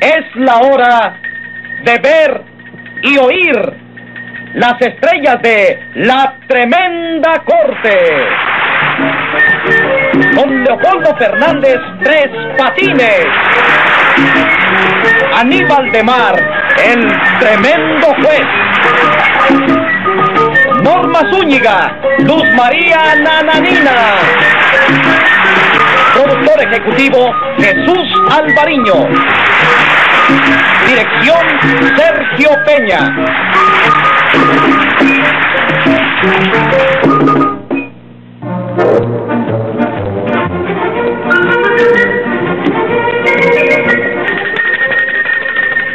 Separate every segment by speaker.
Speaker 1: Es la hora de ver y oír las estrellas de la tremenda corte. Con Leopoldo Fernández Tres Patines. Aníbal de Mar, el tremendo juez. Norma Zúñiga, Luz María Nananina. Productor ejecutivo Jesús Alvariño. Dirección Sergio Peña.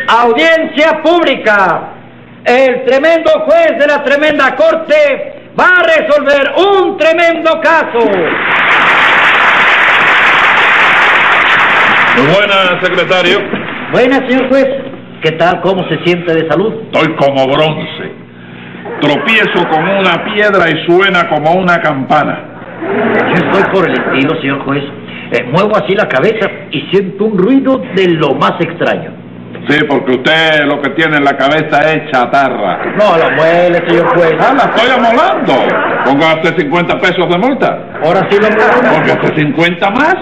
Speaker 2: Audiencia pública. El tremendo juez de la tremenda corte va a resolver un tremendo caso.
Speaker 3: Muy buena, secretario.
Speaker 2: Buenas, señor juez. ¿Qué tal? ¿Cómo se siente de salud?
Speaker 3: Estoy como bronce. Tropiezo con una piedra y suena como una campana.
Speaker 2: Yo estoy por el estilo, señor juez. Eh, muevo así la cabeza y siento un ruido de lo más extraño.
Speaker 3: Sí, porque usted lo que tiene en la cabeza es chatarra.
Speaker 2: No lo muele, señor juez.
Speaker 3: Ah, la estoy amolando. Ponga usted 50 pesos de multa.
Speaker 2: Ahora sí lo
Speaker 3: Porque
Speaker 2: muevo.
Speaker 3: hace 50 más.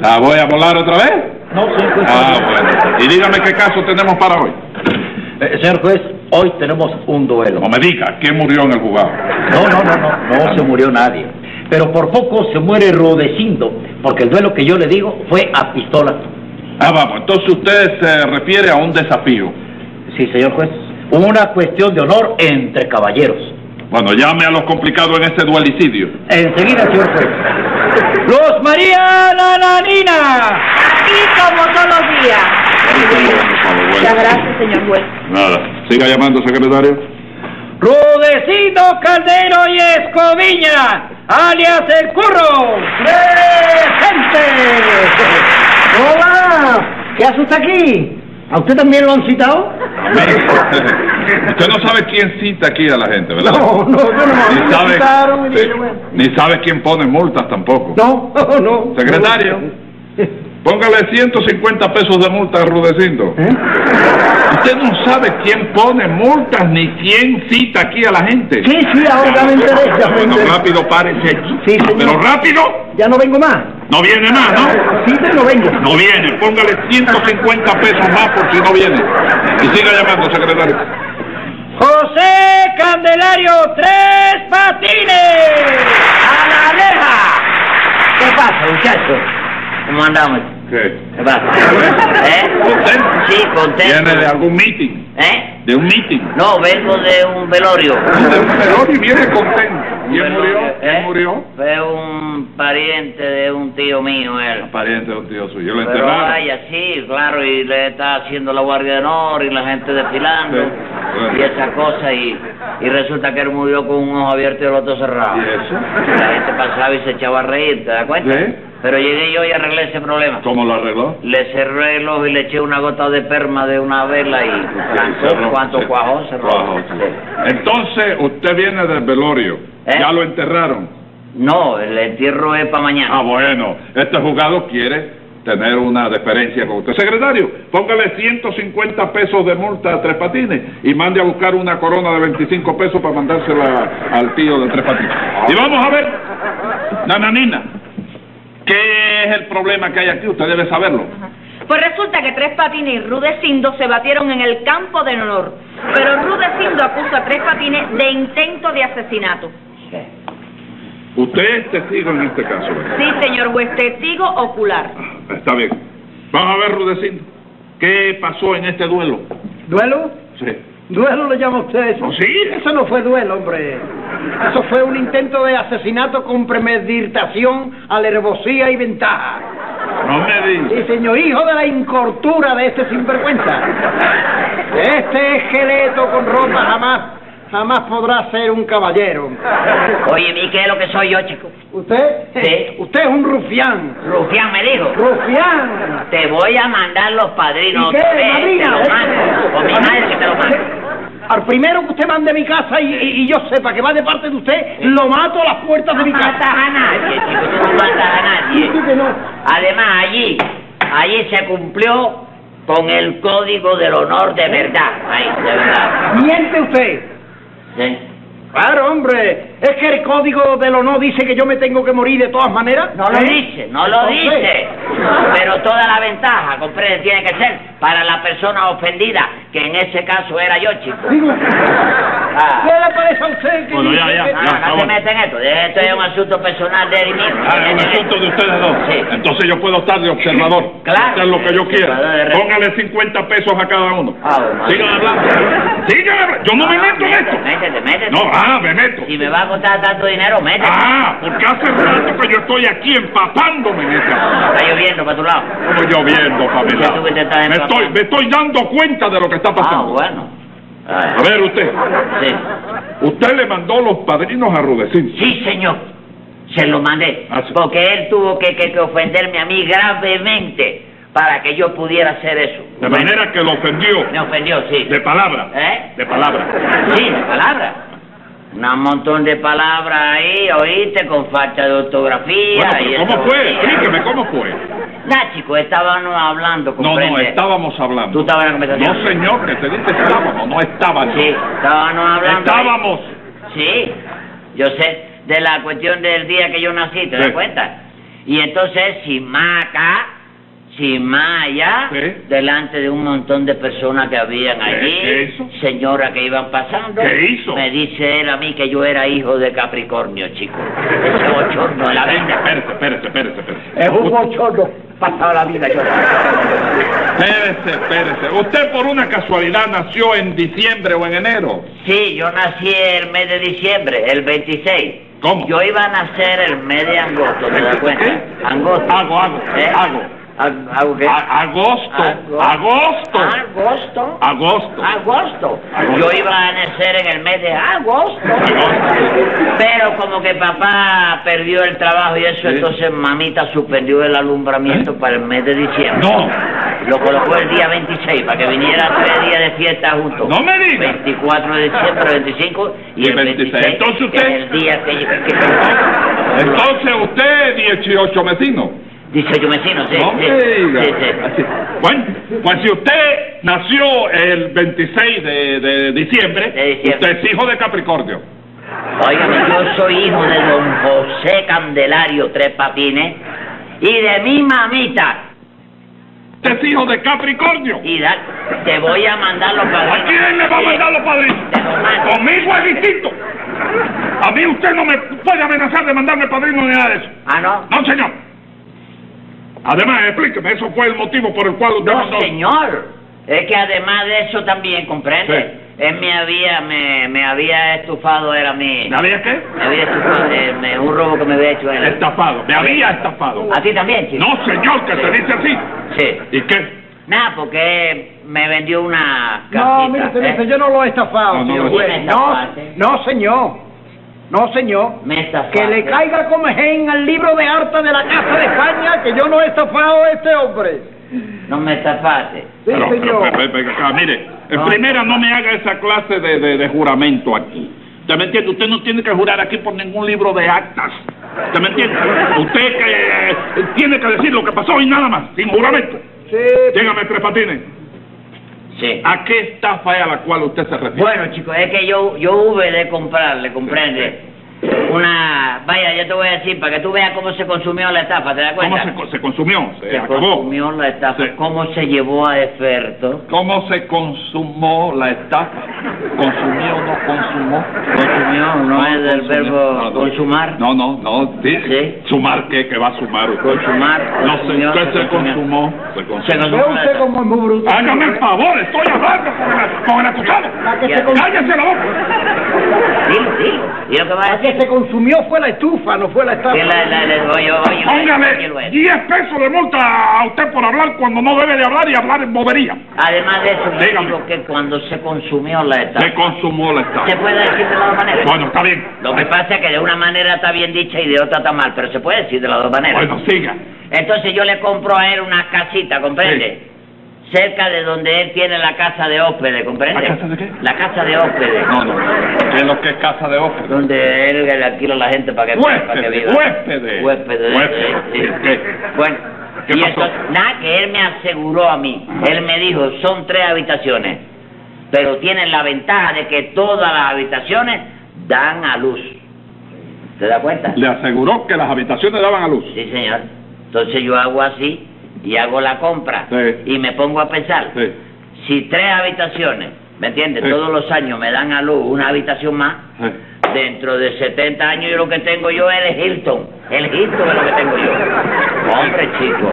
Speaker 3: ¿La voy a volar otra vez?
Speaker 2: No, señor juez.
Speaker 3: Ah, bueno. Y dígame qué caso tenemos para hoy.
Speaker 2: Eh, señor juez, hoy tenemos un duelo.
Speaker 3: No me diga, ¿quién murió en el juzgado?
Speaker 2: No, no, no, no, no se murió nadie. Pero por poco se muere Rodecindo, porque el duelo que yo le digo fue a pistolas.
Speaker 3: Ah, vamos, entonces usted se refiere a un desafío.
Speaker 2: Sí, señor juez. Una cuestión de honor entre caballeros.
Speaker 3: Bueno, llame a los complicados en este dualicidio.
Speaker 2: Enseguida, señor juez. Los María Nananina.
Speaker 4: Aquí como todos los días. Muchas gracias, señor juez.
Speaker 3: Nada. Siga llamando, secretario.
Speaker 2: Rudecindo Caldero y Escoviña, alias El Curro. ¡Presente!
Speaker 5: Hola, ¿qué hace usted aquí? ¿A usted también lo han citado?
Speaker 3: Usted no sabe quién cita aquí a la gente, ¿verdad?
Speaker 5: No, no, yo no me
Speaker 3: Ni sabe,
Speaker 5: citaron,
Speaker 3: sí,
Speaker 5: ni yo-
Speaker 3: ni sabe quién pone multas tampoco.
Speaker 5: No, no, no.
Speaker 3: Secretario, póngale 150 pesos de multa a Rudecindo.
Speaker 5: ¿Eh?
Speaker 3: Usted no sabe quién pone multas ni quién cita aquí a la gente.
Speaker 5: Sí, sí, ahora ya me enteré, ya me
Speaker 3: Bueno,
Speaker 5: enteré.
Speaker 3: rápido, párese aquí.
Speaker 5: Sí, señor.
Speaker 3: Pero rápido,
Speaker 5: Ya no vengo más.
Speaker 3: no viene más, ¿no?
Speaker 5: Sí, pero no vengo.
Speaker 3: No viene, póngale 150 pesos más por si no viene. Y siga llamando, secretario.
Speaker 2: José Candelario Tres Patines. A la reja.
Speaker 5: ¿Qué pasa, muchacho?
Speaker 6: ¿Cómo andamos?
Speaker 3: ¿Qué?
Speaker 6: ¿Qué pasa? ¿Eh?
Speaker 3: ¿Contento?
Speaker 6: Sí, contento.
Speaker 3: Viene de algún meeting,
Speaker 6: ¿Eh?
Speaker 3: de un meeting.
Speaker 6: No, vengo de un velorio.
Speaker 3: De un velorio y viene contento. ¿Quién murió?
Speaker 6: ¿Eh?
Speaker 3: ¿Quién murió?
Speaker 6: Fue un pariente de un tío mío, él.
Speaker 3: Pariente de un tío suyo. Lo
Speaker 6: Pero
Speaker 3: enterraron.
Speaker 6: vaya, sí, claro, y le está haciendo la guardia de honor y la gente desfilando
Speaker 3: Sí, bueno.
Speaker 6: y esa cosa, y, y resulta que él murió con un ojo abierto y el otro cerrado.
Speaker 3: ¿Y eso?
Speaker 6: La gente pasaba y se echaba a reír, ¿te das cuenta?
Speaker 3: Sí.
Speaker 6: Pero llegué yo y arreglé ese problema.
Speaker 3: ¿Cómo lo arregló?
Speaker 6: Le cerré el ojo y le eché una gota de perma de una vela y
Speaker 3: Sí,
Speaker 6: cuanto
Speaker 3: cerró, sí.
Speaker 6: cuánto cuajó, cerró.
Speaker 3: Cuajó, sí. Entonces, usted viene del velorio.
Speaker 6: ¿Eh?
Speaker 3: Ya lo enterraron.
Speaker 6: No, el entierro es para mañana.
Speaker 3: Ah, bueno. Este juzgado quiere tener una deferencia con usted. Secretario, póngale 150 pesos de multa a Tres Patines y mande a buscar una corona de 25 pesos para mandársela al tío de Tres Patines. Y vamos a ver, Nananina, ¿qué es el problema que hay aquí? Usted debe saberlo.
Speaker 4: Pues resulta que Tres Patines y Rudecindo se batieron en el campo de honor. Pero Rudecindo acusa a Tres Patines de intento de asesinato.
Speaker 3: Usted es testigo en este caso. ¿verdad?
Speaker 4: Sí, señor juez, testigo ocular.
Speaker 3: Está bien. Vamos a ver, Rudecindo. ¿Qué pasó en este duelo?
Speaker 5: ¿Duelo?
Speaker 3: Sí.
Speaker 5: ¿Duelo le llama usted eso?
Speaker 3: No, sí.
Speaker 5: Eso no fue duelo, hombre. Eso fue un intento de asesinato con premeditación, alevosía y ventaja.
Speaker 3: No me
Speaker 5: Sí,
Speaker 3: digas.
Speaker 5: señor, hijo de la incortura de este sinvergüenza. Este esqueleto con ropa jamás, jamás podrá ser un caballero.
Speaker 6: Oye, ¿y qué es lo que soy yo, chico?
Speaker 5: ¿Usted?
Speaker 6: Sí.
Speaker 5: Usted es un rufián.
Speaker 6: Rufián me dijo.
Speaker 5: ¡Rufián!
Speaker 6: Te voy a mandar los padrinos.
Speaker 5: ¿Y qué,
Speaker 6: otra vez,
Speaker 5: madrina?
Speaker 6: Te lo mando. Con mi madre que te lo mando.
Speaker 5: Al primero que usted mande a mi casa y, y- y yo sepa que va de parte de usted, lo mato a las puertas de mi
Speaker 6: No matas
Speaker 5: casa.
Speaker 6: a nadie, chico. Tú no matas a nadie.
Speaker 5: Sí que no.
Speaker 6: Además, allí, allí se cumplió con el código del honor de verdad. Ay, de verdad.
Speaker 5: ¿Miente usted?
Speaker 6: Sí.
Speaker 5: Claro, hombre. ¿Es que el código del honor dice que yo me tengo que morir de todas maneras?
Speaker 6: No lo
Speaker 5: ¿Eh?
Speaker 6: dice, no lo
Speaker 5: Entonces,
Speaker 6: dice. Pero toda la ventaja, comprende, tiene que ser para la persona ofendida, que en ese caso era yo, chico.
Speaker 5: Digo,
Speaker 6: Ah.
Speaker 5: ¿Qué le parece a usted que
Speaker 7: Bueno, ya,
Speaker 5: dice
Speaker 7: ya,
Speaker 5: que-
Speaker 7: ya.
Speaker 6: Ah, no
Speaker 7: vamos.
Speaker 6: se meta en esto. de Esto es un asunto personal de mí.
Speaker 3: Ah, es un asunto de ustedes dos.
Speaker 6: Sí.
Speaker 3: Entonces yo puedo estar de observador.
Speaker 6: Claro.
Speaker 3: Hacer lo que yo quiera.
Speaker 6: Observador.
Speaker 3: Póngale 50 pesos a cada uno.
Speaker 6: Ah, bueno. Ah,
Speaker 3: Sigan hablando. Sigan hablando. Yo no me meto en esto.
Speaker 6: Métete, métete.
Speaker 3: No, ah, me meto.
Speaker 6: Si me va a costar tanto dinero, métete.
Speaker 3: Ah, porque hace rato que yo estoy aquí empapándome en este asunto.
Speaker 6: Está lloviendo para tu lado.
Speaker 3: Como lloviendo,
Speaker 6: Sí, tú que
Speaker 3: Pamela.
Speaker 6: te estás
Speaker 3: Me estoy,
Speaker 6: empapando.
Speaker 3: me estoy dando cuenta de lo que está
Speaker 6: Ah,
Speaker 3: pasando.
Speaker 6: bueno.
Speaker 3: A ver, usted.
Speaker 6: Sí.
Speaker 3: Usted le mandó los padrinos a Rudecindo.
Speaker 6: Sí, señor. Se lo mandé.
Speaker 3: Ah, sí.
Speaker 6: Porque él tuvo que, que- que ofenderme a mí gravemente para que yo pudiera hacer eso.
Speaker 3: De manera que lo ofendió.
Speaker 6: Me ofendió, sí.
Speaker 3: De palabra.
Speaker 6: ¿Eh?
Speaker 3: De palabra.
Speaker 6: Sí, de palabras. Un montón de palabras ahí, oíste, con falta de ortografía.
Speaker 3: Bueno,
Speaker 6: y
Speaker 3: pero ¿cómo
Speaker 6: eso.
Speaker 3: fue? Explíqueme, ¿cómo fue?
Speaker 6: Nah, chico, estábamos hablando,
Speaker 3: No,
Speaker 6: comprende.
Speaker 3: no, estábamos hablando.
Speaker 6: Tú estabas en la conversación.
Speaker 3: No, señor, que se dice estábamos, no estaba
Speaker 6: Sí,
Speaker 3: yo.
Speaker 6: estábamos hablando.
Speaker 3: Estábamos.
Speaker 6: Sí, yo sé de la cuestión del día que yo nací, ¿te
Speaker 3: Sí.
Speaker 6: das cuenta? Y entonces, Simaca, Simaya,
Speaker 3: Sí.
Speaker 6: delante de un montón de personas que habían
Speaker 3: ¿Qué-
Speaker 6: allí,
Speaker 3: qué hizo?
Speaker 6: señoras que iban pasando,
Speaker 3: ¿Qué hizo?
Speaker 6: me dice él a mí que yo era hijo de Capricornio, chico. Ese bochorno de la
Speaker 3: Venga,
Speaker 6: vida.
Speaker 3: espérese, espérese, espérese, espérese.
Speaker 5: Es un bochorno. Pasaba la vida yo.
Speaker 3: Espérese, espérese. ¿Usted por una casualidad nació en diciembre o en enero?
Speaker 6: Sí, yo nací el mes de diciembre, el 26.
Speaker 3: ¿Cómo?
Speaker 6: Yo iba a nacer el mes de agosto, ¿te das cuenta?
Speaker 3: ¿Qué?
Speaker 6: Agosto.
Speaker 3: Hago, hago, hago.
Speaker 6: Ag- ¿Hago qué?
Speaker 3: A- agosto.
Speaker 6: Agosto. Ah.
Speaker 3: Agosto.
Speaker 6: Agosto.
Speaker 3: Agosto.
Speaker 6: Agosto.
Speaker 3: Agosto.
Speaker 6: Yo iba a nacer en el mes de agosto.
Speaker 3: Agosto.
Speaker 6: Pero como que papá perdió el trabajo y eso,
Speaker 3: Sí.
Speaker 6: entonces mamita suspendió el alumbramiento para el mes de diciembre.
Speaker 3: No.
Speaker 6: Lo colocó el día 26 para que viniera tres días de fiesta juntos.
Speaker 3: No me diga.
Speaker 6: 24 de diciembre, 25 y
Speaker 3: Y
Speaker 6: el 26.
Speaker 3: 26. Entonces
Speaker 6: que
Speaker 3: usted-
Speaker 6: es el día que, que-
Speaker 3: Entonces usted, 18 vecino.
Speaker 6: 18 vecinos, sí.
Speaker 3: no
Speaker 6: sí,
Speaker 3: me diga.
Speaker 6: sí, sí.
Speaker 3: Bueno, pues si usted nació el 26 de, de diciembre,
Speaker 6: De diciembre.
Speaker 3: usted es hijo de Capricornio.
Speaker 6: Óigame, yo soy hijo de don José Candelario Tres Patines y de mi mamita.
Speaker 3: Usted es hijo de Capricornio.
Speaker 6: Y da- te voy a mandar los padrinos.
Speaker 3: ¿A quién le va a mandar los padrinos?
Speaker 6: Te lo mando.
Speaker 3: Conmigo es distinto. A mí usted no me puede amenazar de mandarme padrino ni nada de eso.
Speaker 6: Ah, no.
Speaker 3: No, señor. Además, explíqueme, eso fue el motivo por el cual usted mandó.
Speaker 6: No, señor. Es que además de eso también, ¿comprende? Él me había, me, me había estufado, era mi...
Speaker 3: ¿Me había qué?
Speaker 6: Me había estufado, eh, me- un robo que me había hecho él.
Speaker 3: Estafado. Me había estafado.
Speaker 6: ¿A ti también, chico?
Speaker 3: No, señor, que se dice así.
Speaker 6: Sí.
Speaker 3: ¿Y qué?
Speaker 6: Nada, porque me vendió una casita.
Speaker 5: No, mire, señor,
Speaker 6: ¿eh?
Speaker 5: yo no lo he
Speaker 3: No,
Speaker 5: estafado,
Speaker 3: no
Speaker 5: señor
Speaker 3: lo ¿eh?
Speaker 5: juez.
Speaker 6: he
Speaker 5: No,
Speaker 6: estafado.
Speaker 5: no, señor. No, señor.
Speaker 6: Me estafaste.
Speaker 5: Que le
Speaker 3: ¿eh?
Speaker 5: caiga como gen al libro de arte de la Casa de España que yo no he estafado a este hombre.
Speaker 6: No me estafaste.
Speaker 5: Sí,
Speaker 3: Pero, pero,
Speaker 5: señor.
Speaker 3: pero, pero, pero, acá, mire, en
Speaker 6: No.
Speaker 3: primera no me haga esa clase de, de- de juramento aquí. ¿Usted me entiende? Usted no tiene que jurar aquí por ningún libro de actas. ¿Usted me entiende? Usted que eh, tiene que decir lo que pasó y nada más, sin juramento.
Speaker 5: Sí,
Speaker 3: Dígame, Tres Patines,
Speaker 6: Sí.
Speaker 3: ¿a qué estafa es a la cual usted se refiere?
Speaker 6: Bueno, chicos, es que yo, yo hube de comprarle, comprende. Una. Vaya, yo te voy a decir, para que tú veas cómo se consumió la estafa, ¿te das
Speaker 3: ¿Cómo
Speaker 6: cuenta?
Speaker 3: se, co- se consumió? Se,
Speaker 6: Se
Speaker 3: acabó.
Speaker 6: consumió la estafa,
Speaker 3: Se-
Speaker 6: cómo se llevó a Eferto.
Speaker 3: ¿Cómo se consumó la estafa? ¿Consumió o no consumó?
Speaker 6: Consumió, no es del
Speaker 3: consumió.
Speaker 6: verbo
Speaker 3: No, no.
Speaker 6: consumar.
Speaker 3: No, no, no. sí.
Speaker 6: Sí.
Speaker 3: ¿Sumar qué? ¿Qué va a sumar usted?
Speaker 6: Consumar,
Speaker 3: No sé,
Speaker 6: consumió,
Speaker 3: ¿qué
Speaker 6: se
Speaker 3: se consumó? Se
Speaker 6: Se
Speaker 3: consumó.
Speaker 5: ve
Speaker 6: consumó la
Speaker 5: usted
Speaker 6: estafa.
Speaker 5: como es muy bruto.
Speaker 3: Hágame el favor, estoy hablando con el, con el acusado.
Speaker 5: La que,
Speaker 6: Ya.
Speaker 5: se con-
Speaker 3: ¡Cállese la boca!
Speaker 6: Dilo, dilo. Y lo que va a
Speaker 5: la
Speaker 6: decir.
Speaker 5: que se consumió fue la estufa, no fue la estafa.
Speaker 6: que la- la- la- oye, oye, oye,
Speaker 3: Póngale
Speaker 6: oye,
Speaker 3: 10 pesos de multa a usted por hablar cuando no debe de hablar y hablar en bobería.
Speaker 6: Además de eso, yo
Speaker 3: Dígame.
Speaker 6: digo que cuando se consumió la estafa.
Speaker 3: Se consumó la
Speaker 6: ¿Se
Speaker 3: estafa.
Speaker 6: puede decir de la otra manera?
Speaker 3: Bueno, está bien.
Speaker 6: Lo que pasa es que de una manera está bien dicha y de otra está mal, pero se puede decir de las dos maneras.
Speaker 3: Bueno, siga.
Speaker 6: Entonces yo le compro a él una casita, ¿comprende? Cerca de donde él tiene la casa de Ópede, ¿comprende?
Speaker 3: ¿La casa de qué?
Speaker 6: La casa de Ópede.
Speaker 3: No, no, no. ¿Qué es lo que es casa de ópera?
Speaker 6: Donde él le alquila a la gente para que, para que
Speaker 3: Huéspede,
Speaker 6: viva.
Speaker 3: huéspede.
Speaker 6: Huéspede.
Speaker 3: Huéspede,
Speaker 6: sí, sí.
Speaker 3: ¿qué?
Speaker 6: Bueno,
Speaker 3: ¿Qué
Speaker 6: y
Speaker 3: pasó?
Speaker 6: entonces, nada, que él me aseguró a mí.
Speaker 3: Ajá.
Speaker 6: Él me dijo, son tres habitaciones, pero tienen la ventaja de que todas las habitaciones dan a luz. ¿Te das cuenta?
Speaker 3: Le aseguró que las habitaciones daban a luz.
Speaker 6: Sí, señor. Entonces yo hago así y hago la compra
Speaker 3: Sí.
Speaker 6: y me pongo a pensar.
Speaker 3: Sí.
Speaker 6: Si tres habitaciones, ¿me entiendes?
Speaker 3: Sí.
Speaker 6: Todos los años me dan a luz una habitación más.
Speaker 3: Sí.
Speaker 6: Dentro de 70 años yo lo que tengo yo es el Hilton. El Hilton es lo que tengo yo. Hombre, chico.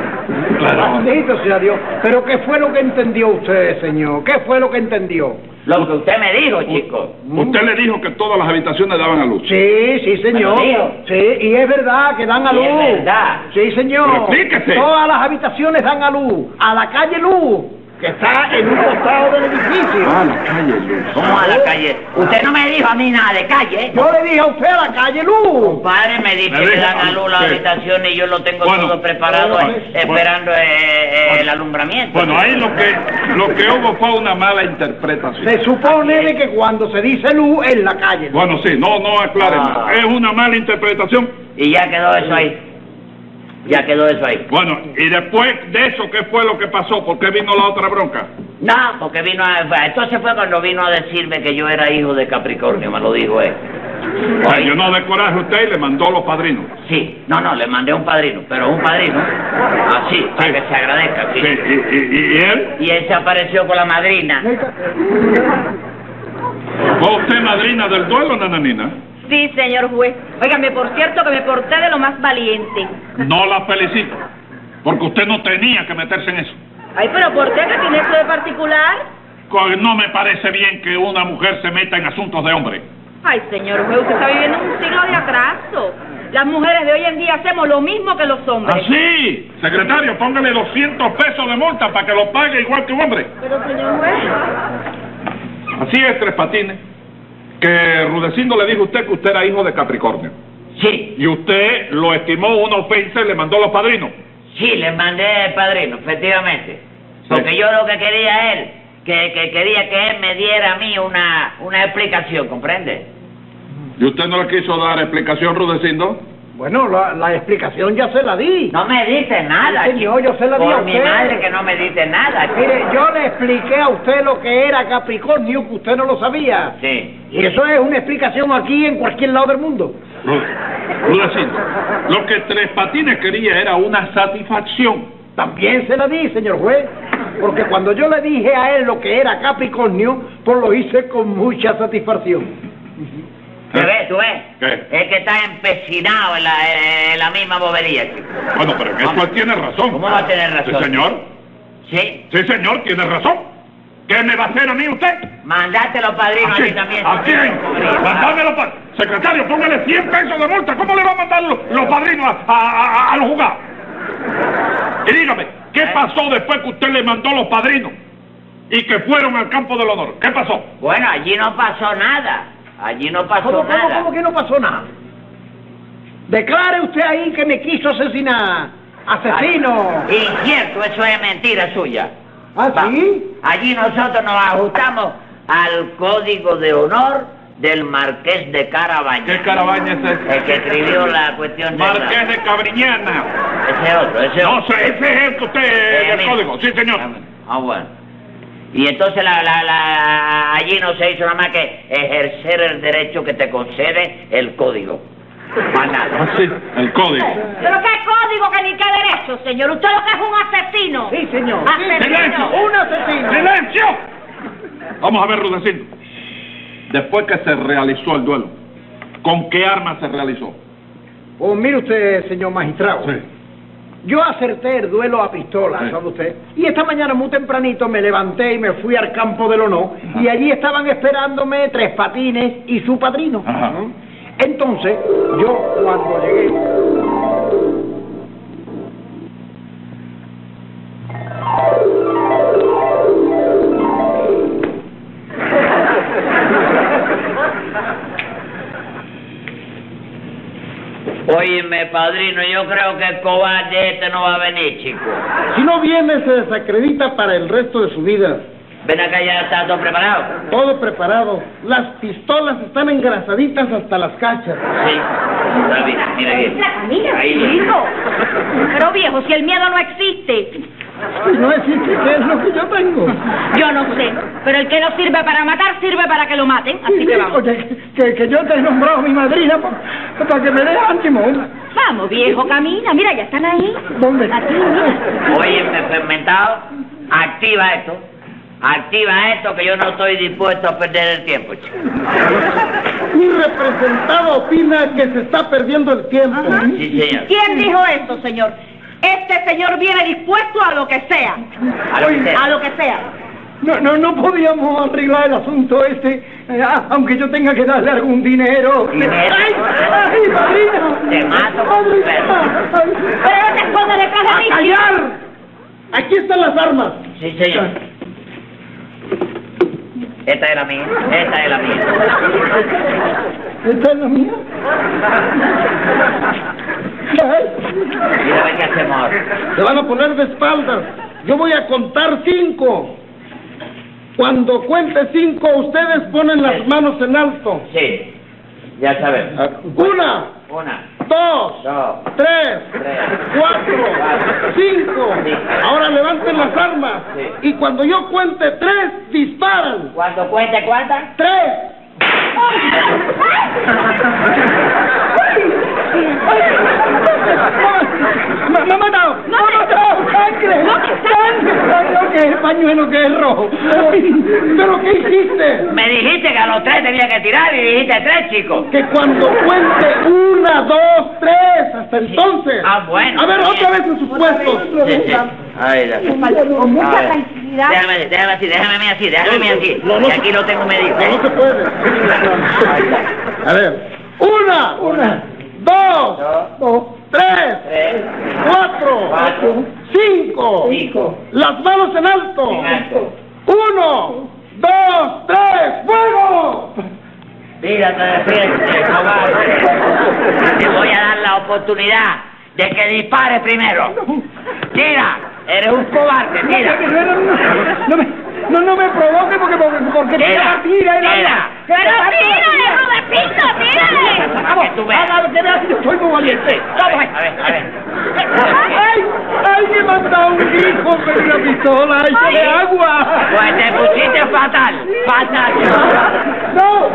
Speaker 3: Claro.
Speaker 5: Bendito sea Dios. Pero ¿qué fue lo que entendió usted, señor? ¿Qué fue lo que entendió?
Speaker 6: Lo que usted me dijo, chico.
Speaker 3: Usted le dijo que todas las habitaciones daban a luz.
Speaker 5: Sí, sí, señor.
Speaker 6: Me lo dijo.
Speaker 5: Sí, y es verdad que dan a
Speaker 6: Y
Speaker 5: luz.
Speaker 6: es verdad.
Speaker 5: Sí, señor.
Speaker 3: Pero explíquese.
Speaker 5: Todas las habitaciones dan a luz. A la calle Luz, que está en un costado del edificio.
Speaker 3: Ah, la calle luz.
Speaker 6: ¿Cómo a la calle? Usted no me dijo a mí nada de calle. ¿eh?
Speaker 5: Yo le dije a usted a la calle Luz.
Speaker 6: Padre me dice
Speaker 3: Me
Speaker 6: que
Speaker 3: dijo,
Speaker 6: dan a luz la
Speaker 3: sí.
Speaker 6: habitación y yo lo tengo
Speaker 3: Bueno,
Speaker 6: todo preparado,
Speaker 3: bueno,
Speaker 6: eh, esperando eh, eh, el alumbramiento.
Speaker 3: Bueno, ahí lo que, lo que hubo fue una mala interpretación.
Speaker 5: Se supone de que cuando se dice luz es la calle. Luz.
Speaker 3: Bueno, sí, no, no aclaren.
Speaker 6: Ah.
Speaker 3: Es una mala interpretación.
Speaker 6: Y ya quedó eso ahí. Ya quedó eso ahí.
Speaker 3: Bueno, y después de eso, ¿qué fue lo que pasó? ¿Por qué vino la otra bronca?
Speaker 6: No, porque vino a... Entonces fue cuando vino a decirme que yo era hijo de Capricornio, me lo dijo él.
Speaker 3: O sea, Ah, yo no de coraje a usted y le mandó a los padrinos.
Speaker 6: Sí, no, no, le mandé un padrino, pero un padrino, así, para
Speaker 3: Sí.
Speaker 6: que se agradezca. sí.
Speaker 3: Sí, y, y- y- y él,
Speaker 6: Y él se apareció con la madrina.
Speaker 3: ¿fue usted madrina del duelo, nananina?
Speaker 4: Sí, señor juez. Óigame, por cierto que me porté de lo más valiente.
Speaker 3: No la felicito, porque usted no tenía que meterse en eso.
Speaker 4: Ay, pero ¿por qué? ¿Qué tiene esto de particular?
Speaker 3: Co- No me parece bien que una mujer se meta en asuntos de hombre.
Speaker 4: Ay, señor juez, usted está viviendo un siglo de atraso. Las mujeres de hoy en día hacemos lo mismo que los
Speaker 3: ¿Ah,
Speaker 4: hombres.
Speaker 6: ¿Ah,
Speaker 3: Así, secretario, póngale 200 pesos de multa para que lo pague igual que un hombre.
Speaker 4: Pero, señor juez...
Speaker 3: Así es, Tres Patines, que Rudecindo le dijo a usted que usted era hijo de Capricornio.
Speaker 6: Sí,
Speaker 3: Y usted lo estimó una ofensa y le mandó a los padrinos.
Speaker 6: sí, le mandé el padrino, efectivamente.
Speaker 3: Sí.
Speaker 6: Porque yo lo que quería él, que, que quería que él me diera a mí una, una explicación, ¿comprende?
Speaker 3: ¿Y usted no le quiso dar explicación, Rudecindo?
Speaker 5: Bueno, la, la explicación ya se la di.
Speaker 6: No me dice nada.
Speaker 5: Sí, señor,
Speaker 6: chico.
Speaker 5: yo se la di a
Speaker 6: Por mi
Speaker 5: usted.
Speaker 6: madre que no me dice nada. chico.
Speaker 5: Mire, yo le expliqué a usted lo que era Capricornio, que usted no lo sabía.
Speaker 6: Sí.
Speaker 5: Y eso es una explicación aquí en cualquier lado del mundo.
Speaker 3: Ru- Rudecindo, lo que Tres Patines quería era una satisfacción.
Speaker 5: También se la di, señor juez. Porque cuando yo le dije a él lo que era Capricornio, pues lo hice con mucha satisfacción.
Speaker 6: ¿Tú ves? ¿Tú ves?
Speaker 3: ¿Qué?
Speaker 6: Es que está empecinado en la, en la misma bobería, chico.
Speaker 3: Bueno, pero en eso él tiene razón.
Speaker 6: ¿Cómo va a tener razón?
Speaker 3: Sí, señor.
Speaker 6: Sí.
Speaker 3: Sí, señor, tiene razón. ¿Qué me va a hacer a mí usted?
Speaker 6: Mandátelo, padrino, a mí también.
Speaker 3: ¿A quién?
Speaker 6: Pobre,
Speaker 3: Mandame los pa- Secretario, póngale 100 pesos de multa. ¿Cómo le va a mandar lo- los padrinos a, a, a- a los jugados? Y dígame, ¿qué
Speaker 6: ¿Eh?
Speaker 3: pasó después que usted le mandó los padrinos y que fueron al campo del honor? ¿Qué pasó?
Speaker 6: Bueno, allí no pasó nada. Allí no pasó
Speaker 5: ¿Cómo, cómo,
Speaker 6: nada.
Speaker 5: cómo que no pasó nada? Declare usted ahí que me quiso asesinar. ¡Asesino!
Speaker 6: Ay, Incierto, eso es mentira suya.
Speaker 5: ¿Ah, sí?
Speaker 6: Va, Allí nosotros nos ajustamos al código de honor del marqués de Carabaña.
Speaker 3: carabaña es
Speaker 6: El que escribió la cuestión de...
Speaker 3: Marqués de Cabriñana.
Speaker 6: Ese otro, ese otro.
Speaker 3: No sé, ese es el que usted...
Speaker 6: Eh,
Speaker 3: el
Speaker 6: mira.
Speaker 3: código. Sí, señor.
Speaker 6: Ah, bueno. Y entonces la, la, la- allí no se hizo nada más que ejercer el derecho que te concede el código. Más nada.
Speaker 3: Ah, El código.
Speaker 4: Pero qué código, que ni qué derecho, señor. Usted lo que es un asesino.
Speaker 5: Sí, señor.
Speaker 3: Silencio.
Speaker 4: Asesino.
Speaker 5: ¡Un asesino!
Speaker 3: ¡Silencio! Vamos a ver, Rudecindo. Después que se realizó el duelo, ¿con qué arma se realizó?
Speaker 5: Pues mire usted, señor magistrado. Yo acerté el duelo a pistola,
Speaker 3: Sí.
Speaker 5: ¿sabe usted? Y esta mañana muy tempranito me levanté y me fui al campo del honor.
Speaker 3: Ajá.
Speaker 5: Y allí estaban esperándome tres patines y su padrino.
Speaker 3: Ajá.
Speaker 5: ¿no? Entonces, yo cuando llegué.
Speaker 6: Óyeme, padrino, yo creo que el cobarde este no va a venir, chico.
Speaker 5: Si no viene, se desacredita para el resto de su vida.
Speaker 6: Ven acá, ya está todo preparado.
Speaker 5: Todo preparado. Las pistolas están engrasaditas hasta las cachas.
Speaker 6: Sí. Está bien, mira bien.
Speaker 4: La camina,
Speaker 6: Ahí lo-
Speaker 4: chico. Pero viejo, si el miedo no existe,
Speaker 5: Y no existe, ¿qué es lo que yo tengo?
Speaker 4: yo no sé. Pero el que no sirve para matar, sirve para que lo maten. Así que vamos.
Speaker 5: Oye, que, que yo te he nombrado mi madrina para que me dé ánimo.
Speaker 4: Vamos, viejo, camina. Mira, ya están ahí.
Speaker 5: ¿Dónde?
Speaker 4: Aquí, mira.
Speaker 6: Oye, me fermentado, activa esto. Activa esto que yo no estoy dispuesto a perder el tiempo, chico.
Speaker 5: Mi representado opina que se está perdiendo el tiempo.
Speaker 6: Sí, señor.
Speaker 4: ¿Quién dijo eso, señor? Este señor viene dispuesto a lo que sea.
Speaker 6: A lo que sea.
Speaker 4: A lo que sea.
Speaker 5: No, no, no podíamos arreglar el asunto este, eh, ah, aunque yo tenga que darle algún dinero.
Speaker 6: Dinero.
Speaker 5: ¡Ay, ay, madrina!
Speaker 6: Te mato.
Speaker 5: Madrina, ay.
Speaker 4: Pero no te escondas detrás de mí.
Speaker 5: ¡A
Speaker 4: chico.
Speaker 5: callar! Aquí están las armas.
Speaker 6: Sí, señor. Esta es la mía, esta es la mía.
Speaker 5: ¿Esta es la mía? Ay.
Speaker 6: Mira a ver qué hacemos ahora.
Speaker 5: Se van a poner de espaldas. Yo voy a contar cinco. Cuando cuente cinco, ustedes ponen las manos en alto.
Speaker 6: Sí, ya sabemos.
Speaker 5: Una,
Speaker 6: Una,
Speaker 5: dos,
Speaker 6: dos,
Speaker 5: tres, cuatro, cinco. Ahora levanten las armas. Y cuando yo cuente tres, disparan.
Speaker 6: ¿Cuánto cuenta, cuánta?
Speaker 5: Tres. ¡Me me ha matado! ¡Me ha matado! ¡Sangre! ¡Sangre! ¡Sangre! ¿Qué es pañuelo que es rojo? ¿Pero qué hiciste?
Speaker 6: Me dijiste que a los tres tenía que tirar y dijiste tres, chicos.
Speaker 5: Que cuando cuente una, dos, tres, hasta entonces.
Speaker 6: Ah, bueno.
Speaker 5: A ver, otra vez en sus puestos.
Speaker 6: Sí, sí. Ahí la-
Speaker 4: Con
Speaker 6: A ver.
Speaker 4: mucha tranquilidad.
Speaker 6: Déjame, déjame así, déjame a mí así, déjame a mí así.
Speaker 5: No, no,
Speaker 6: Que aquí lo tengo medido.
Speaker 5: No, no se puede. A ver. Una, una, dos, dos, tres,
Speaker 6: Tres,
Speaker 5: cuatro,
Speaker 6: Cuatro.
Speaker 5: cinco.
Speaker 6: Cinco.
Speaker 5: Las manos en alto.
Speaker 6: En alto.
Speaker 5: Uno, dos, tres, fuego.
Speaker 6: Mírate de frente, cobarde. Te voy a dar la oportunidad de que dispare primero. Tira, eres un cobarde, tira.
Speaker 5: No, no, no, no me, no, no me provoque porque, porque, porque me
Speaker 6: Tira,
Speaker 5: va a tirar el
Speaker 6: tira.
Speaker 5: arma.
Speaker 4: Pero tírale, Robertito, tírale.
Speaker 6: Para que tú veas.
Speaker 5: Haga lo que vea que yo soy muy valiente.
Speaker 6: A ver, a ver, a ver.
Speaker 5: ¡Ay! ¡Ay, me manda un hijo con una pistola! ¡Ay,
Speaker 6: Ay.
Speaker 5: de agua!
Speaker 6: Pues te pusiste fatal, fatal.
Speaker 5: ¡No!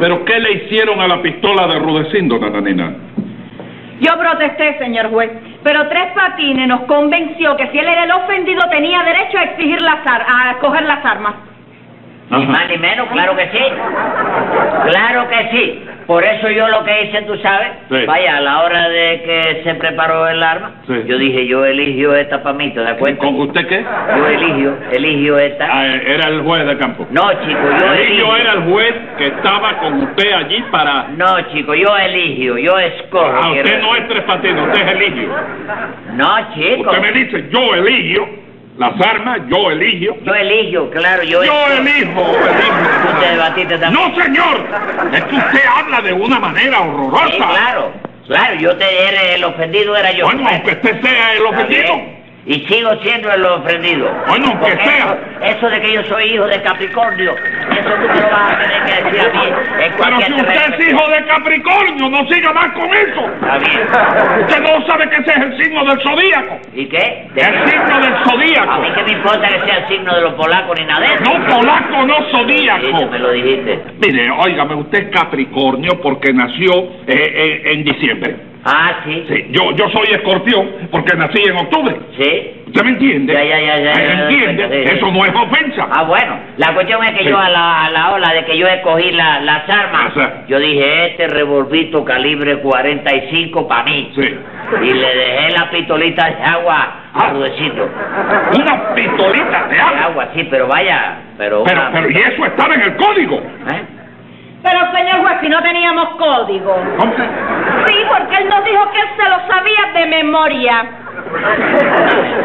Speaker 3: ¿Pero qué le hicieron a la pistola de Rudecindo, Nananina?
Speaker 4: Yo protesté, señor juez, pero Tres Patines nos convenció que si él era el ofendido tenía derecho a exigir las ar- a coger las armas.
Speaker 6: Ni más ni menos, claro que sí. Claro que sí. Por eso yo lo que hice, tú sabes,
Speaker 3: Sí.
Speaker 6: vaya, a la hora de que se preparó el arma,
Speaker 3: Sí.
Speaker 6: yo dije, yo eligio esta para mí, ¿te das cuenta?
Speaker 3: ¿Con usted qué?
Speaker 6: Yo eligio, eligio esta.
Speaker 3: Ah, era el juez de campo.
Speaker 6: No, chico, yo
Speaker 3: Y
Speaker 6: eligio.
Speaker 3: yo era el juez que estaba con usted allí para...
Speaker 6: No, chico, yo eligio, yo escojo.
Speaker 3: Ah,
Speaker 6: quiero
Speaker 3: usted no
Speaker 6: decir.
Speaker 3: es tres patines, usted es eligio.
Speaker 6: No, chico.
Speaker 3: Usted me dice, yo eligio las armas, yo eligio.
Speaker 6: Yo eligio, claro,
Speaker 3: Yo
Speaker 6: yo escojo.
Speaker 3: elijo,
Speaker 6: Tú te
Speaker 3: elijo.
Speaker 6: debatiste también.
Speaker 3: No, señor. Es que usted habla de una manera horrorosa.
Speaker 6: Sí, claro, claro, yo te era el ofendido, era yo.
Speaker 3: Bueno, aunque usted sea el
Speaker 6: Está
Speaker 3: ofendido.
Speaker 6: bien. Y sigo siendo el ofendido.
Speaker 3: Bueno, aunque
Speaker 6: Porque
Speaker 3: sea.
Speaker 6: Eso, eso de que yo soy hijo de Capricornio, eso tú me lo vas a tener que decir a mí. En
Speaker 3: Pero
Speaker 6: cualquier
Speaker 3: si usted es
Speaker 6: terreno.
Speaker 3: hijo de Capricornio, no siga más con eso.
Speaker 6: Está bien.
Speaker 3: Usted no sabe que ese es el signo del zodíaco.
Speaker 6: ¿Y qué? ¿De
Speaker 3: El
Speaker 6: qué?
Speaker 3: signo del
Speaker 6: A mí
Speaker 3: zodíaco.
Speaker 6: qué me importa que sea el signo de los polacos ni nada de eso.
Speaker 3: No polaco, no
Speaker 6: Dijiste,
Speaker 3: zodíaco.
Speaker 6: me lo dijiste.
Speaker 3: Mire, óigame, usted es Capricornio porque nació eh, eh, en diciembre.
Speaker 6: Ah, sí.
Speaker 3: Sí, yo, yo soy escorpión porque nací en octubre.
Speaker 6: Sí.
Speaker 3: ¿Usted me entiende?
Speaker 6: Ya, ya, ya, ya,
Speaker 3: ¿Me
Speaker 6: ya, ya,
Speaker 3: entiende?
Speaker 6: ya, ya, ya.
Speaker 3: Eso no es ofensa.
Speaker 6: Ah, bueno. La cuestión es que
Speaker 3: Sí.
Speaker 6: yo a la, a la hora de que yo escogí la- las armas,
Speaker 3: Las armas.
Speaker 6: yo dije, este revolvito calibre 45 para mí.
Speaker 3: Sí.
Speaker 6: Y le dejé la pistolita de agua
Speaker 3: Ah.
Speaker 6: a Rudecito.
Speaker 3: Una pistolita de
Speaker 6: De
Speaker 3: agua.
Speaker 6: agua, sí, pero vaya, pero...
Speaker 3: Pero,
Speaker 6: una-
Speaker 3: pero, y eso estaba en el código.
Speaker 6: ¿Eh?
Speaker 4: Pero, señor juez, si no teníamos código.
Speaker 3: Entonces,
Speaker 4: Sí, porque él nos dijo que él se lo sabía de memoria.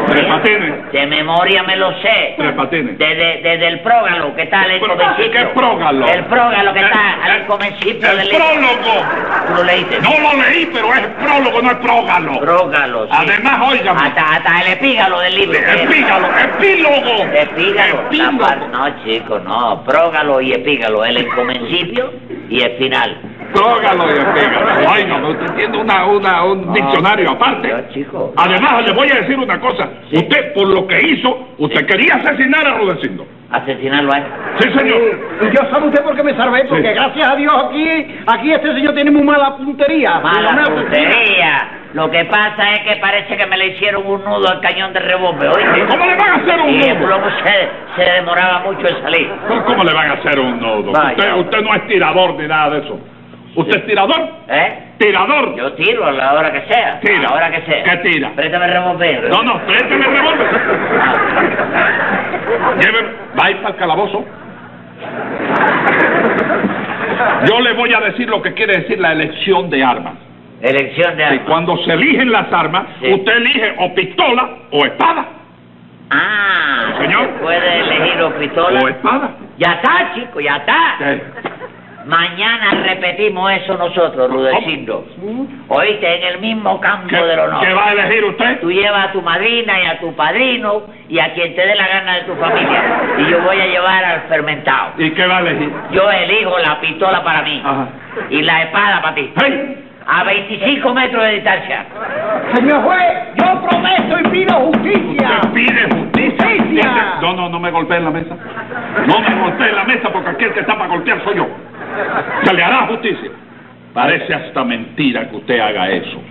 Speaker 3: Tres patines.
Speaker 6: De memoria me lo sé.
Speaker 3: Tres patines.
Speaker 6: Desde, desde el prógalo que está al
Speaker 3: Pero,
Speaker 6: comecipio.
Speaker 3: ¿qué es prógalo?
Speaker 6: El prógalo que está
Speaker 3: El-
Speaker 6: al comecipio
Speaker 3: el
Speaker 6: del...
Speaker 3: prólogo.
Speaker 6: ¿Tú lo leíste?
Speaker 3: No lo leí, pero es prólogo, no es prógalo.
Speaker 6: Prógalo, sí.
Speaker 3: Además, óigame.
Speaker 6: Hasta, hasta el epígalo del libro. que es.
Speaker 3: Epígalo, epílogo.
Speaker 6: Epígalo. la
Speaker 3: Epílogo.
Speaker 6: par- No, chico, no. Prógalo y epígalo. El encomencipio y el final.
Speaker 3: Prógalo y epígalo. Oiga, usted tiene una, una, un
Speaker 6: No,
Speaker 3: diccionario aparte.
Speaker 6: yo, chico.
Speaker 3: Además, le voy a decir una cosa. Usted, por lo que hizo, usted
Speaker 6: Sí.
Speaker 3: quería asesinar a Rudecindo.
Speaker 6: Asesinarlo a él.
Speaker 3: Sí, señor.
Speaker 5: Y yo sabe usted por qué me salvé, porque
Speaker 3: Sí.
Speaker 5: gracias a Dios aquí, aquí este señor tiene muy mala puntería.
Speaker 6: Mala
Speaker 5: Una-
Speaker 6: puntería. Lo que pasa es que parece que me le hicieron un nudo al cañón de rebote, ¿oíste?
Speaker 3: ¿Cómo le van a hacer un
Speaker 6: Y el
Speaker 3: nudo?
Speaker 6: plomo se, se demoraba mucho en salir.
Speaker 3: ¿Pero ¿Cómo le van a hacer un nudo?
Speaker 6: Vaya.
Speaker 3: Usted, usted no es tirador ni nada de eso. ¿Usted es tirador?
Speaker 6: ¿Eh?
Speaker 3: ¿Tirador?
Speaker 6: Yo tiro a la hora que sea.
Speaker 3: Tira.
Speaker 6: A la hora que sea.
Speaker 3: ¿Qué tira?
Speaker 6: Préstame el ¿eh? Ah, revólver.
Speaker 3: No, no, présteme el revólver. Lleve, va a ir para el calabozo. Yo le voy a decir lo que quiere decir la elección de armas.
Speaker 6: Elección de
Speaker 3: Y
Speaker 6: armas.
Speaker 3: cuando se eligen las armas,
Speaker 6: Sí.
Speaker 3: usted elige o pistola o espada.
Speaker 6: Ah,
Speaker 3: Señor. Pues-
Speaker 6: ¿se puede elegir o pistola.
Speaker 3: O espada.
Speaker 6: Ya está, chico, ya está.
Speaker 3: ¿Qué?
Speaker 6: Mañana repetimos eso nosotros, Rudecindo. Oíste, en el mismo campo
Speaker 3: ¿Qué-
Speaker 6: del honor.
Speaker 3: qué va a elegir usted?
Speaker 6: Tú llevas a tu madrina y a tu padrino y a quien te dé la gana de tu familia. Y yo voy a llevar al fermentado.
Speaker 3: ¿Y qué va a elegir?
Speaker 6: Yo elijo la pistola para mí
Speaker 3: Ajá.
Speaker 6: y la espada para ti.
Speaker 3: ¡Hey!
Speaker 6: A 25 metros de distancia.
Speaker 5: Señor juez, yo prometo y pido justicia.
Speaker 3: Usted pide justicia.
Speaker 5: Justicia.
Speaker 3: Dice- No, no, no me golpee en la mesa. No me golpee en la mesa porque aquel que está para golpear soy yo. Se le hará justicia. Parece hasta mentira que usted haga eso.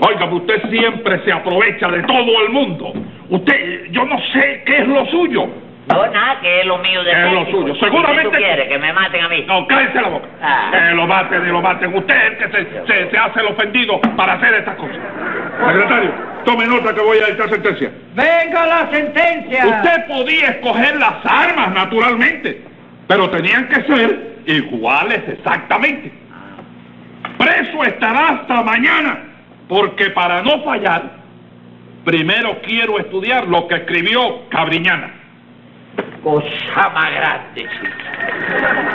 Speaker 3: Oiga, usted siempre se aprovecha de todo el mundo. Usted, yo no sé qué es lo suyo.
Speaker 6: No, nada, que es lo mío de
Speaker 3: Es lo
Speaker 6: México.
Speaker 3: suyo.
Speaker 6: ¿Y
Speaker 3: Seguramente-
Speaker 6: ¿Qué tú quieres? ¿Que me maten a mí?
Speaker 3: No, cállese la boca.
Speaker 6: Ah.
Speaker 3: Que lo maten y lo maten. Usted es el que se, se- se hace el ofendido para hacer estas cosas. Secretario, tome nota que voy a dictar sentencia.
Speaker 2: ¡Venga la sentencia!
Speaker 3: Usted podía escoger las armas naturalmente, pero tenían que ser iguales exactamente. Preso estará hasta mañana, porque para no fallar, primero quiero estudiar lo que escribió Cabriñana.
Speaker 6: Cosa más grande, chico.